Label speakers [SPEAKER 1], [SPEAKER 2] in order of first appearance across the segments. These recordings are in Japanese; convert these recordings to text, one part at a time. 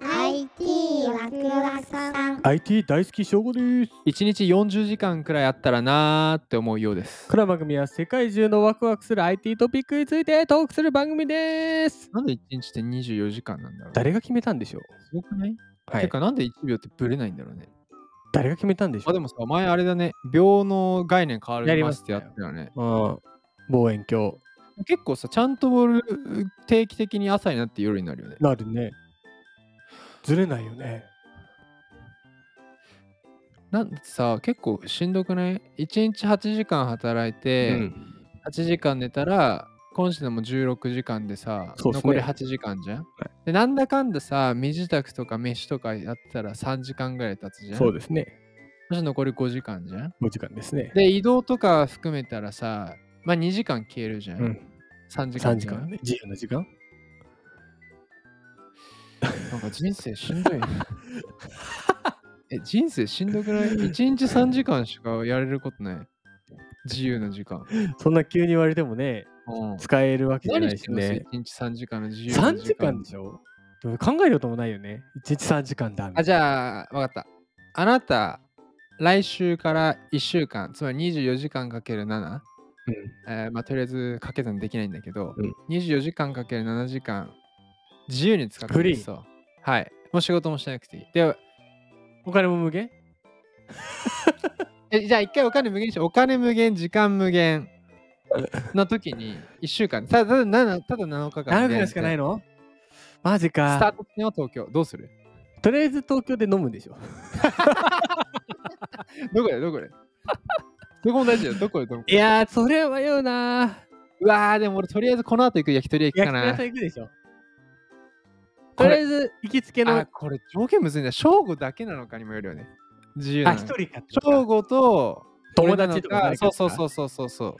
[SPEAKER 1] IT ワクワクさん
[SPEAKER 2] IT 大好き翔吾です。
[SPEAKER 3] 1日40時間くらいあったらなーって思うようです
[SPEAKER 2] この番組は世界中のワクワクする IT トピックについてトークする番組です。
[SPEAKER 3] なんで1日って24時間なんだろう
[SPEAKER 2] 誰が決めたんでしょう
[SPEAKER 3] すごくない、
[SPEAKER 2] はい
[SPEAKER 3] てかなんで1秒ってブレないんだろうね
[SPEAKER 2] 誰が決めたんでしょ
[SPEAKER 3] あ
[SPEAKER 2] う
[SPEAKER 3] でもさ前あれだね秒の概念変わ
[SPEAKER 2] や
[SPEAKER 3] り
[SPEAKER 2] りま
[SPEAKER 3] ま
[SPEAKER 2] し
[SPEAKER 3] すったて
[SPEAKER 2] よ
[SPEAKER 3] やったよね
[SPEAKER 2] うん、望遠鏡。
[SPEAKER 3] 結構さちゃんと定期的に朝になって夜になるよね
[SPEAKER 2] なるね。ずれないよね。
[SPEAKER 3] なんてさ結構しんどくない ?1 日8時間働いて、
[SPEAKER 2] うん、
[SPEAKER 3] 8時間寝たら今週でも16時間でさ、
[SPEAKER 2] そうっすね
[SPEAKER 3] 残り8時間じゃん、でなんだかんださ身支度とか飯とかやったら3時間ぐらい経つじゃん
[SPEAKER 2] そうですね。
[SPEAKER 3] そして残り5時間じゃん
[SPEAKER 2] 5時間ですね。
[SPEAKER 3] で移動とか含めたらさまあ2時間消えるじゃん、
[SPEAKER 2] うん、
[SPEAKER 3] 3時間
[SPEAKER 2] 3
[SPEAKER 3] じ
[SPEAKER 2] 時
[SPEAKER 3] ゃん
[SPEAKER 2] 間ね。自由な時間。
[SPEAKER 3] なんか人生しんどい ねえ人生しんどくない ?1 日3時間しかやれることない自由な時間、
[SPEAKER 2] そんな急に言われてもね、
[SPEAKER 3] うん
[SPEAKER 2] 使えるわけじゃな
[SPEAKER 3] 何
[SPEAKER 2] い
[SPEAKER 3] し
[SPEAKER 2] して
[SPEAKER 3] ます
[SPEAKER 2] ね
[SPEAKER 3] 一。日3時間の自由な
[SPEAKER 2] 3時間でしょでも考えようともないよね。1日3時間だ。みたい
[SPEAKER 3] あ
[SPEAKER 2] な
[SPEAKER 3] じゃあ分かったあなた来週から1週間つまり24時間かける7、えーまあ、とりあえず掛け算できないんだけど、
[SPEAKER 2] うん
[SPEAKER 3] 24時間かける7時間自由に使って
[SPEAKER 2] フリー
[SPEAKER 3] そうはいもう仕事もしなくていいで
[SPEAKER 2] お金も無限
[SPEAKER 3] えじゃあ一回お金無限にしようお金無限時間無限の 時に1週間ただただ7ただ7日間
[SPEAKER 2] 何分しかない
[SPEAKER 3] の
[SPEAKER 2] のマジ
[SPEAKER 3] スタ
[SPEAKER 2] か
[SPEAKER 3] ー。ト点は東京どうする
[SPEAKER 2] とりあえず東京で飲むんでしょ。
[SPEAKER 3] どこでどこで どこも大事だよどこでどこ
[SPEAKER 2] いやー、それは迷うな
[SPEAKER 3] うわーでも俺とりあえずこの後行く焼き鳥屋行く
[SPEAKER 2] 焼
[SPEAKER 3] か
[SPEAKER 2] き鳥屋さん
[SPEAKER 3] な
[SPEAKER 2] 行くでしょ。
[SPEAKER 3] こと
[SPEAKER 2] りあ
[SPEAKER 3] れ
[SPEAKER 2] えず、行きつけの。
[SPEAKER 3] あこれ条件むずいんだ正午だけなのかにもよるよね自由な
[SPEAKER 2] あ、
[SPEAKER 3] の
[SPEAKER 2] 一人かってことか。
[SPEAKER 3] 正午と
[SPEAKER 2] 友達とか
[SPEAKER 3] 俺な
[SPEAKER 2] 誰
[SPEAKER 3] の
[SPEAKER 2] か
[SPEAKER 3] そ
[SPEAKER 2] と
[SPEAKER 3] う
[SPEAKER 2] か
[SPEAKER 3] そうそうそうそうそう
[SPEAKER 2] あ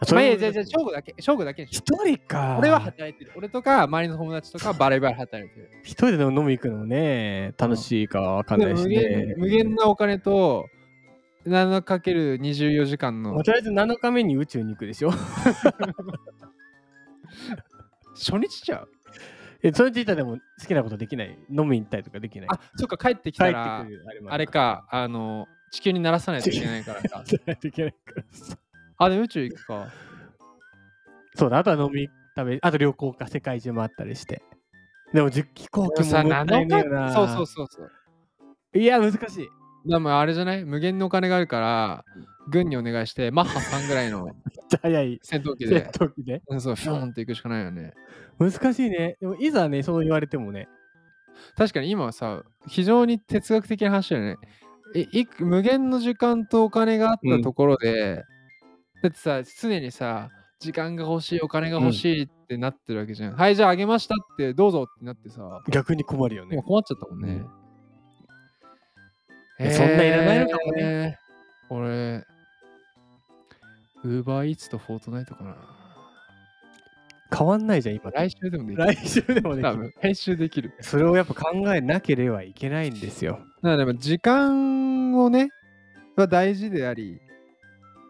[SPEAKER 3] ま
[SPEAKER 2] そ
[SPEAKER 3] あいい
[SPEAKER 2] れ
[SPEAKER 3] や
[SPEAKER 2] も
[SPEAKER 3] じゃあじゃあ正午だけ正午だけにしよ
[SPEAKER 2] 一人か
[SPEAKER 3] う。俺は働いてる俺とか周りの友達とかバレバレ働いてる
[SPEAKER 2] 一人で飲み行くのもね、楽しいかわかんな
[SPEAKER 3] で
[SPEAKER 2] いし
[SPEAKER 3] 無
[SPEAKER 2] ね
[SPEAKER 3] 限。無限なお金と 7×24 時間
[SPEAKER 2] まあ
[SPEAKER 3] の
[SPEAKER 2] とりあえず7日目に宇宙に行くでしょ。
[SPEAKER 3] 初日ちゃう
[SPEAKER 2] え、それって言ったらでも好きなことできない。飲みに行ったりとかできない。
[SPEAKER 3] あそっか帰ってき
[SPEAKER 2] 帰ったて
[SPEAKER 3] ら
[SPEAKER 2] くるあれも
[SPEAKER 3] あれ。かあの地球にならさないといけないからさ
[SPEAKER 2] 帰っていけないから
[SPEAKER 3] あでも宇宙行くか
[SPEAKER 2] そうだ、あとは飲み食べ、あと旅行か世界中もあったりして。でも、じ飛行機も
[SPEAKER 3] さ
[SPEAKER 2] もったいないよ
[SPEAKER 3] 7
[SPEAKER 2] な。
[SPEAKER 3] 日そうそうそうそう
[SPEAKER 2] いや、難しい。
[SPEAKER 3] でもあれじゃない無限のお金があるから、軍にお願いして、マッハ3ぐらいの
[SPEAKER 2] 早い
[SPEAKER 3] 戦闘機
[SPEAKER 2] 戦
[SPEAKER 3] で、
[SPEAKER 2] 闘機で。
[SPEAKER 3] うんそう、フィョンっていくしかないよね。
[SPEAKER 2] 難しいね。でも、いざね、そう言われてもね。
[SPEAKER 3] 確かに今はさ、非常に哲学的な話だよね。えいく無限の時間とお金があったところで、だってさ、常にさ、時間が欲しい、お金が欲しいってなってるわけじゃん。はい、じゃああげましたって、どうぞってなってさ、も
[SPEAKER 2] 逆に困るよ
[SPEAKER 3] う。困っちゃったもんね。
[SPEAKER 2] うんそんないらないのかも
[SPEAKER 3] ね。俺、ウーバーイーツとフォートナイトかな。
[SPEAKER 2] 変わんないじゃん、今。
[SPEAKER 3] 来週でもできる。
[SPEAKER 2] 来週でもね
[SPEAKER 3] 多、分来週できる。
[SPEAKER 2] それをやっぱ考えなければいけないんですよ。
[SPEAKER 3] なので、まあ時間をね、は大事であり、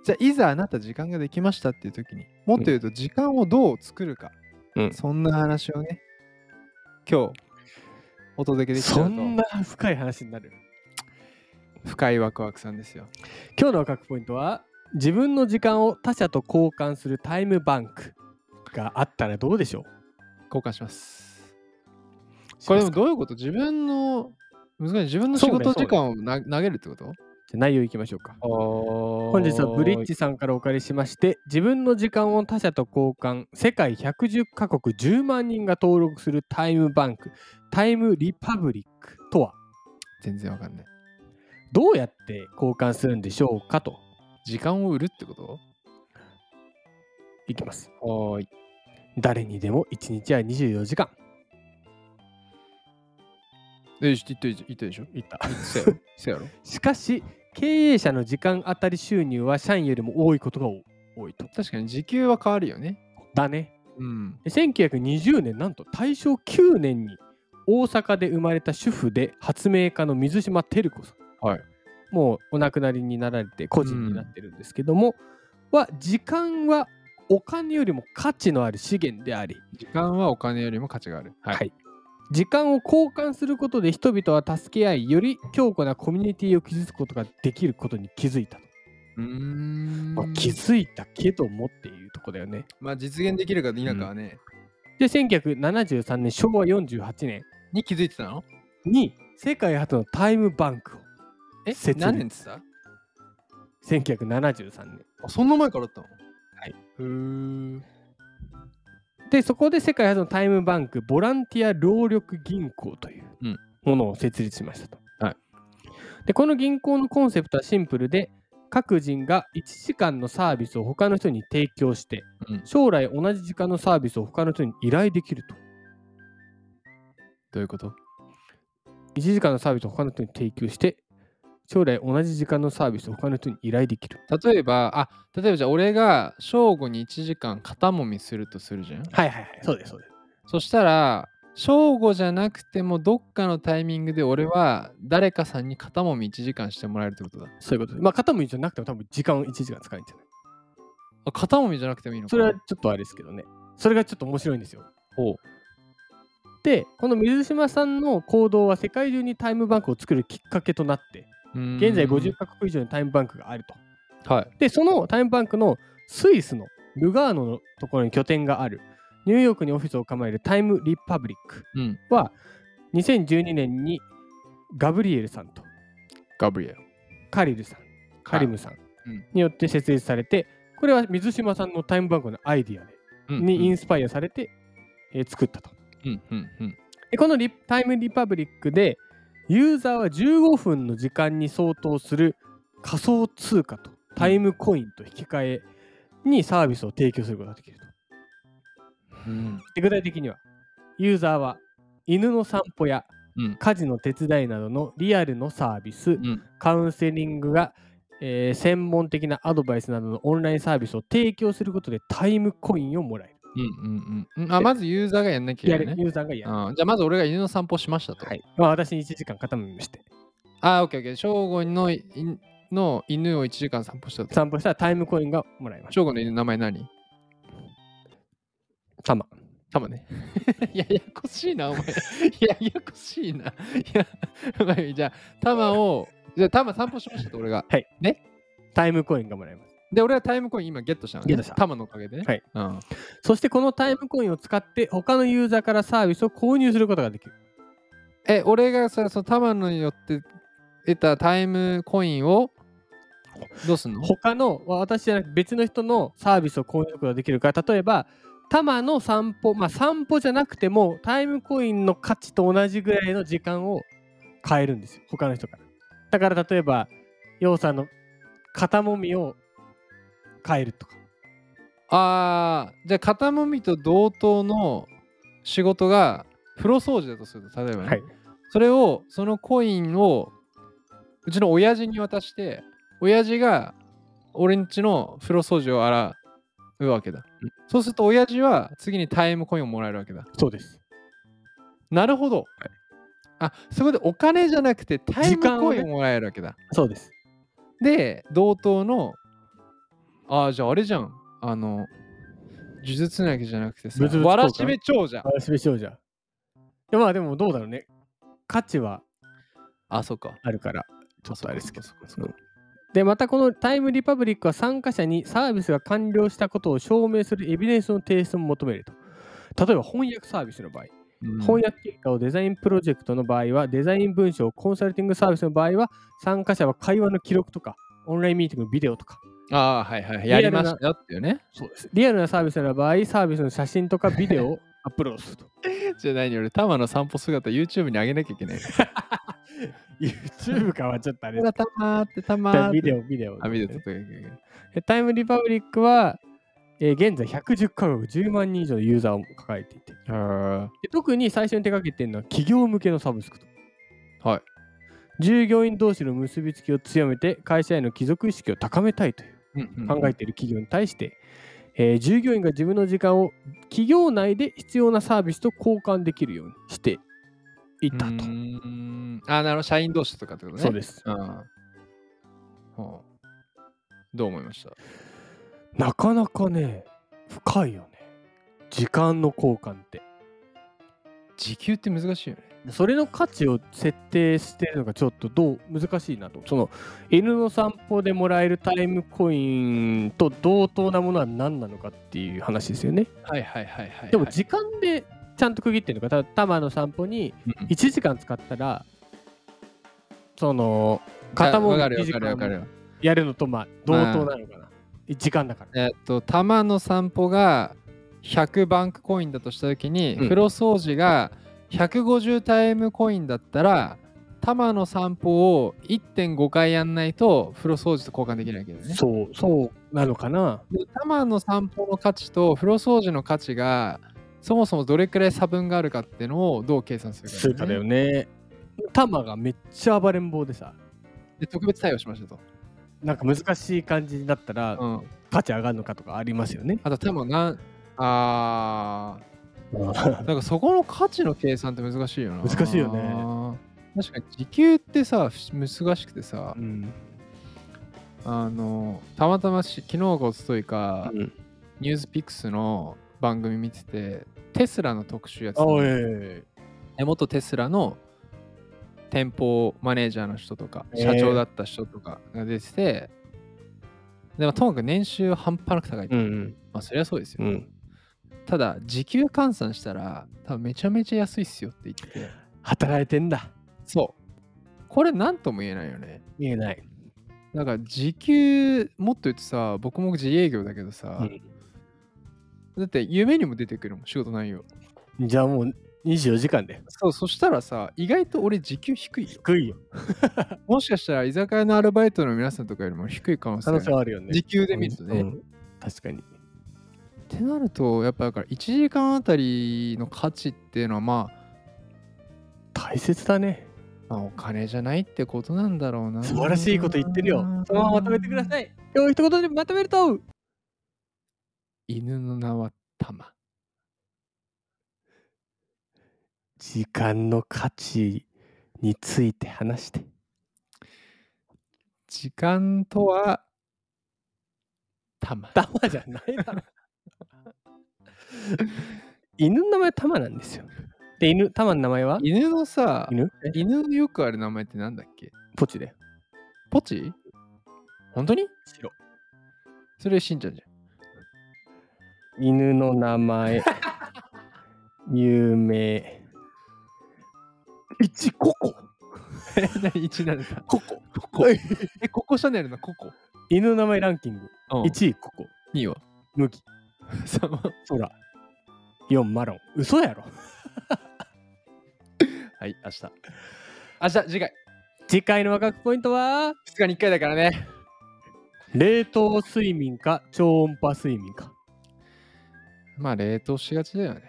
[SPEAKER 3] じゃあ、いざあなた時間ができましたっていう時に、もっと言うと、時間をどう作るか、
[SPEAKER 2] うん
[SPEAKER 3] そんな話をね、今日、お届けできた
[SPEAKER 2] そ
[SPEAKER 3] ら
[SPEAKER 2] ん
[SPEAKER 3] と、
[SPEAKER 2] な深い話になる。
[SPEAKER 3] 深いワクワクさんですよ。
[SPEAKER 2] 今日の各ポイントは、自分の時間を他者と交換するタイムバンクがあったらどうでしょう
[SPEAKER 3] 交換します。これでも
[SPEAKER 2] う
[SPEAKER 3] どういうこと自分の、難しい、自分の仕
[SPEAKER 2] そ
[SPEAKER 3] 事
[SPEAKER 2] うねそうね
[SPEAKER 3] 時間をな投げるってこと
[SPEAKER 2] 内容いきましょうか。
[SPEAKER 3] 本
[SPEAKER 2] 本日はブリッジさんからお借りしまして自分の時間を他者と交換世界110カ国10万人が登録するタイムバンクタイムリパブリックとは
[SPEAKER 3] 全然わかんない。
[SPEAKER 2] どうやって交換するんでしょうかと
[SPEAKER 3] 時間を売るってこと
[SPEAKER 2] いきます
[SPEAKER 3] はーい。
[SPEAKER 2] 誰にでも1日は24時間
[SPEAKER 3] え、し言った言ったでしょ
[SPEAKER 2] いった
[SPEAKER 3] 言っ てたやろせやろ
[SPEAKER 2] しかし経営者の時間当たり収入は社員よりも多いことが多多いと
[SPEAKER 3] 確かに時給は変わるよね。
[SPEAKER 2] だね
[SPEAKER 3] うん。
[SPEAKER 2] で1920年なんと大正9年に大阪で生まれた主婦で発明家の水島照子さん、
[SPEAKER 3] はい
[SPEAKER 2] もうお亡くなりになられて個人になってるんですけども、は時間はお金よりも価値のある資源であり、
[SPEAKER 3] 時間はお金よりも価値がある。はい。
[SPEAKER 2] はい時間を交換することで人々は助け合いより強固なコミュニティを築くことができることに気づいたと、
[SPEAKER 3] うーん
[SPEAKER 2] まあ気づいたけどもっていうとこだよね
[SPEAKER 3] まあ実現できるか否かはね、
[SPEAKER 2] で1973年昭和48年
[SPEAKER 3] に気づいてたの
[SPEAKER 2] に世界初のタイムバンクを
[SPEAKER 3] え
[SPEAKER 2] 設立
[SPEAKER 3] 何年って言って
[SPEAKER 2] 1973年。
[SPEAKER 3] たあそんな前からあったのはいうー
[SPEAKER 2] でそこで世界初のタイムバンクボランティア労力銀行という
[SPEAKER 3] うん
[SPEAKER 2] ものを設立しましたと、
[SPEAKER 3] はい
[SPEAKER 2] でこの銀行のコンセプトはシンプルで各人が1時間のサービスを他の人に提供して
[SPEAKER 3] うん
[SPEAKER 2] 将来同じ時間のサービスを他の人に依頼できると
[SPEAKER 3] どういうこと
[SPEAKER 2] 1時間のサービスを他の人に提供して将来同じ時間のサービスを他の人に依頼できる
[SPEAKER 3] 例えば、あ、例えばじゃあ俺が正午に1時間肩もみするとするじゃん。
[SPEAKER 2] はいはいはいそうですそうです
[SPEAKER 3] そしたら、正午じゃなくてもどっかのタイミングで俺は誰かさんに肩もみ1時間してもらえるってことだ。
[SPEAKER 2] そういうことでまあ肩も一緒なくても多分時間を1時間使えるんじゃない
[SPEAKER 3] あ、肩もみじゃなくてもいいのか
[SPEAKER 2] それはちょっとあれですけどねそれがちょっと面白いんですよ
[SPEAKER 3] ほう
[SPEAKER 2] でこの水島さんの行動は世界中にタイムバンクを作るきっかけとなって
[SPEAKER 3] うーん
[SPEAKER 2] 現在50カ国以上にタイムバンクがあると
[SPEAKER 3] はい。
[SPEAKER 2] でそのタイムバンクのスイスのルガーノのところに拠点があるニューヨークにオフィスを構えるタイムリパブリック
[SPEAKER 3] うん。
[SPEAKER 2] は2012年にガブリエルさんと
[SPEAKER 3] ガブリエル。
[SPEAKER 2] カリルさんカリムさん
[SPEAKER 3] うん
[SPEAKER 2] によって設立されてこれは水島さんのタイムバンクのアイディアで
[SPEAKER 3] うん
[SPEAKER 2] にインスパイアされて、えー作ったと
[SPEAKER 3] うんうんうん。
[SPEAKER 2] でこのリタイムリパブリックでユーザーは15分の時間に相当する仮想通貨とタイムコインと引き換えにサービスを提供することができると。
[SPEAKER 3] うん
[SPEAKER 2] で具体的にはユーザーは犬の散歩や
[SPEAKER 3] うん
[SPEAKER 2] 家事の手伝いなどのリアルのサービス、
[SPEAKER 3] うん
[SPEAKER 2] カウンセリングが、えー専門的なアドバイスなどのオンラインサービスを提供することでタイムコインをもらえる。
[SPEAKER 3] うんうんうん。あ、まずユーザーがやんなきゃいけないね。
[SPEAKER 2] ユーザーがやる。
[SPEAKER 3] あじゃあまず俺が犬の散歩しましたと。
[SPEAKER 2] はいまあ、私に1時間傾みまして
[SPEAKER 3] あ、オッケーオッケー。正午のいの犬を1時間散歩したと。
[SPEAKER 2] 散歩したらタイムコインがもらえました。
[SPEAKER 3] 正午の犬の名前何
[SPEAKER 2] たま。
[SPEAKER 3] たまね。 ややこしいな、お前。 ややこしいな。いや、まあいいじゃあ、たまを、じゃあ、たま散歩しましたと、俺が。
[SPEAKER 2] タイムコインがもらえます。
[SPEAKER 3] で、俺はタイムコイン今ゲットしたの、ね。
[SPEAKER 2] ゲットした
[SPEAKER 3] たまのおかげでね。
[SPEAKER 2] はい
[SPEAKER 3] うん。
[SPEAKER 2] そしてこのタイムコインを使って他のユーザーからサービスを購入することができる。
[SPEAKER 3] え、俺がさ、そのたまのによって得たタイムコインをどうすんの
[SPEAKER 2] 他のわ私じゃなく別の人のサービスを購入することができるから例えばタマの散歩まあ散歩じゃなくてもタイムコインの価値と同じぐらいの時間を買えるんですよ他の人から。だから例えばヨウさんの肩もみを買えるとか。
[SPEAKER 3] あー、じゃあ、肩もみと同等の仕事が風呂掃除だとすると、例えばね。
[SPEAKER 2] はい、
[SPEAKER 3] それをそのコインをうちの親父に渡して親父が俺んちの風呂掃除を洗うわけだ、
[SPEAKER 2] うん
[SPEAKER 3] そうすると親父は次にタイムコインをもらえるわけだ
[SPEAKER 2] そうです。
[SPEAKER 3] なるほど、あそこでお金じゃなくてタイム
[SPEAKER 2] 時間を
[SPEAKER 3] コ
[SPEAKER 2] ね
[SPEAKER 3] インをもらえるわけだ、
[SPEAKER 2] そうです。
[SPEAKER 3] で同等のああじゃああれじゃんあの呪術なわけじゃなくてさ
[SPEAKER 2] 呪術効果
[SPEAKER 3] わらしべ長者
[SPEAKER 2] 私めしようじゃん。でまあでもどうだろうね。価値は
[SPEAKER 3] あそうか
[SPEAKER 2] あるから、ちょっとあれですけど。
[SPEAKER 3] そっかそっかそっか
[SPEAKER 2] で、またこのタイムリパブリックは参加者にサービスが完了したことを証明するエビデンスの提出も求めると。例えば翻訳サービスの場合、
[SPEAKER 3] うん
[SPEAKER 2] 翻訳結果をデザインプロジェクトの場合は、デザイン文章、コンサルティングサービスの場合は、参加者は会話の記録とか、オンラインミーティングのビデオとか、
[SPEAKER 3] ああはいはいやりましたよっていうね
[SPEAKER 2] そうですリアルなサービスの場合、サービスの写真とかビデオをアップロードすると。
[SPEAKER 3] じゃあ何俺、タマの散歩姿 YouTube に上げなきゃいけない。
[SPEAKER 2] YouTube かはちょっとあれ
[SPEAKER 3] ほ
[SPEAKER 2] で
[SPEAKER 3] ら、タマーってタマ
[SPEAKER 2] す
[SPEAKER 3] ーって。
[SPEAKER 2] ビデオ、ビデオ。
[SPEAKER 3] あ、ビデオ撮っ
[SPEAKER 2] ね
[SPEAKER 3] とけばいいけど
[SPEAKER 2] でタイムリパブリックは、えー現在110カ国10万人以上のユーザーを抱えていて、
[SPEAKER 3] あ
[SPEAKER 2] で特に最初に手掛けてるのは企業向けのサブスクと。
[SPEAKER 3] ーはい。
[SPEAKER 2] 従業員同士の結びつきを強めて会社への帰属意識を高めたいという
[SPEAKER 3] うんうん
[SPEAKER 2] 考えている企業に対して、えー従業員が自分の時間を企業内で必要なサービスと交換できるようにしていたと。
[SPEAKER 3] うーんあー、なるほど。社員同士とかってことね。
[SPEAKER 2] そう
[SPEAKER 3] す。
[SPEAKER 2] です。
[SPEAKER 3] あーはあどう思いました
[SPEAKER 2] なかなかね、深いよね。時間の交換って。
[SPEAKER 3] 時給って難しいよね。
[SPEAKER 2] それの価値を設定してるのがちょっとどう難しいなとその犬の散歩でもらえるタイムコインと同等なものは何なのかっていう話ですよね
[SPEAKER 3] はいはいはいはい、
[SPEAKER 2] でも時間でちゃんと区切ってるのかたたまの散歩に
[SPEAKER 3] うん
[SPEAKER 2] 1時間使ったらその
[SPEAKER 3] 片
[SPEAKER 2] 片
[SPEAKER 3] も
[SPEAKER 2] 方
[SPEAKER 3] わ
[SPEAKER 2] の
[SPEAKER 3] かる
[SPEAKER 2] 2
[SPEAKER 3] わ
[SPEAKER 2] 時
[SPEAKER 3] かるわか
[SPEAKER 2] 間
[SPEAKER 3] る。
[SPEAKER 2] やるのとまあ同等なのかな時間だから
[SPEAKER 3] えっと、玉の散歩が100バンクコインだとしたときに、
[SPEAKER 2] うん
[SPEAKER 3] 風呂掃除が150タイムコインだったら、玉の散歩を1.5回やんないと風呂掃除と交換できないわけどね。
[SPEAKER 2] そうそうなのかな
[SPEAKER 3] で玉の散歩の価値と風呂掃除の価値がそもそもどれくらい差分があるかっていうのをどう計算するか、
[SPEAKER 2] スーパーだよ。ねタマがめっちゃ暴れん坊でさ
[SPEAKER 3] で特別対応しましたと。
[SPEAKER 2] なんか難しい感じになったら
[SPEAKER 3] うん、
[SPEAKER 2] 価値上がるのかとかありますよ ね。
[SPEAKER 3] あと多分なんあーなんかそこの価値の計算って難しいよな
[SPEAKER 2] 難しいよね
[SPEAKER 3] 確かに時給ってさふ難しくてさ
[SPEAKER 2] うん
[SPEAKER 3] あのたまたまし昨日がおとといか、
[SPEAKER 2] うん
[SPEAKER 3] ニュースピックスの番組見ててテスラの特集やって
[SPEAKER 2] あ
[SPEAKER 3] たの
[SPEAKER 2] おいおいおい
[SPEAKER 3] で元テスラの店舗マネージャーの人とか
[SPEAKER 2] え
[SPEAKER 3] 社
[SPEAKER 2] ー
[SPEAKER 3] 長だった人とかが出てて、でもともかく年収半端なく高い、
[SPEAKER 2] うん
[SPEAKER 3] まあそりゃそうですよ、
[SPEAKER 2] うん
[SPEAKER 3] ただ時給換算したら多分めちゃめちゃ安いっすよって言ってて
[SPEAKER 2] 働いてんだ
[SPEAKER 3] そうこれ何とも言えないよね
[SPEAKER 2] 見えない。
[SPEAKER 3] だから時給もっと言ってさ僕も自営業だけどさ、
[SPEAKER 2] うん
[SPEAKER 3] だって夢にも出てくるもん仕事内容
[SPEAKER 2] じゃあもう24時間で
[SPEAKER 3] そうそしたらさ意外と俺時給低いよ
[SPEAKER 2] 低いよ。
[SPEAKER 3] もしかしたら居酒屋のアルバイトの皆さんとかよりも低い可能性
[SPEAKER 2] 可
[SPEAKER 3] が
[SPEAKER 2] 能性はあるよね。
[SPEAKER 3] 時給で見るとね、
[SPEAKER 2] う
[SPEAKER 3] っ
[SPEAKER 2] ん確かに。
[SPEAKER 3] てなるとやっぱだから1時間あたりの価値っていうのはまあ
[SPEAKER 2] 大切だね。
[SPEAKER 3] まあお金じゃないってことなんだろうな
[SPEAKER 2] 素晴らしいこと言ってるよ。そのまままとめてください。今日一言でまとめると
[SPEAKER 3] 犬の名はタマ。
[SPEAKER 2] 時間の価値について話して。
[SPEAKER 3] 時間とはタマ。
[SPEAKER 2] 玉じゃないだろ。 犬の名前は玉なんですよ。で、犬、玉の名前は
[SPEAKER 3] 犬のさ、
[SPEAKER 2] 犬え
[SPEAKER 3] 犬のよくある名前ってなんだっけ
[SPEAKER 2] ポチで。
[SPEAKER 3] ポチ本当に
[SPEAKER 2] 白。
[SPEAKER 3] それしんちゃんじ
[SPEAKER 2] 犬の名前。 有名。一ココ。
[SPEAKER 3] ゃん。何一なんだ。
[SPEAKER 2] ココ。
[SPEAKER 3] ココ。え、ココシャネルのココ。
[SPEAKER 2] 犬の名前ランキング。
[SPEAKER 3] うん、
[SPEAKER 2] 1位ココ。
[SPEAKER 3] 2位は。
[SPEAKER 2] 麦。
[SPEAKER 3] そう
[SPEAKER 2] 空。4マロン。嘘やろ。
[SPEAKER 3] はい、明日。明日、次回。
[SPEAKER 2] 次回のワクワクポイントは
[SPEAKER 3] 2日に1回だからね。
[SPEAKER 2] 冷凍睡眠か超音波睡眠か。
[SPEAKER 3] まあ、冷凍しがちだよね。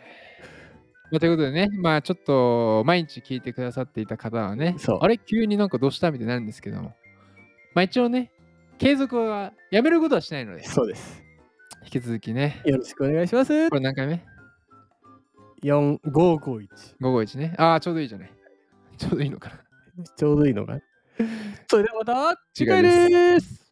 [SPEAKER 3] まあ、ということでね、まあちょっと毎日聞いてくださっていた方はね、
[SPEAKER 2] そう
[SPEAKER 3] あれ急になんかどうしたみたいになるんですけども、まあ一応ね、継続はやめることはしないので、
[SPEAKER 2] そうです。
[SPEAKER 3] 引き続きね、
[SPEAKER 2] よろしくお願いします。
[SPEAKER 3] これ何回目
[SPEAKER 2] 4551。
[SPEAKER 3] 午後1ね。ああ、ちょうどいいじゃない。 ちょうどいいのかな。
[SPEAKER 2] ちょうどいいのかな。それではまた次回
[SPEAKER 3] 次回
[SPEAKER 2] です。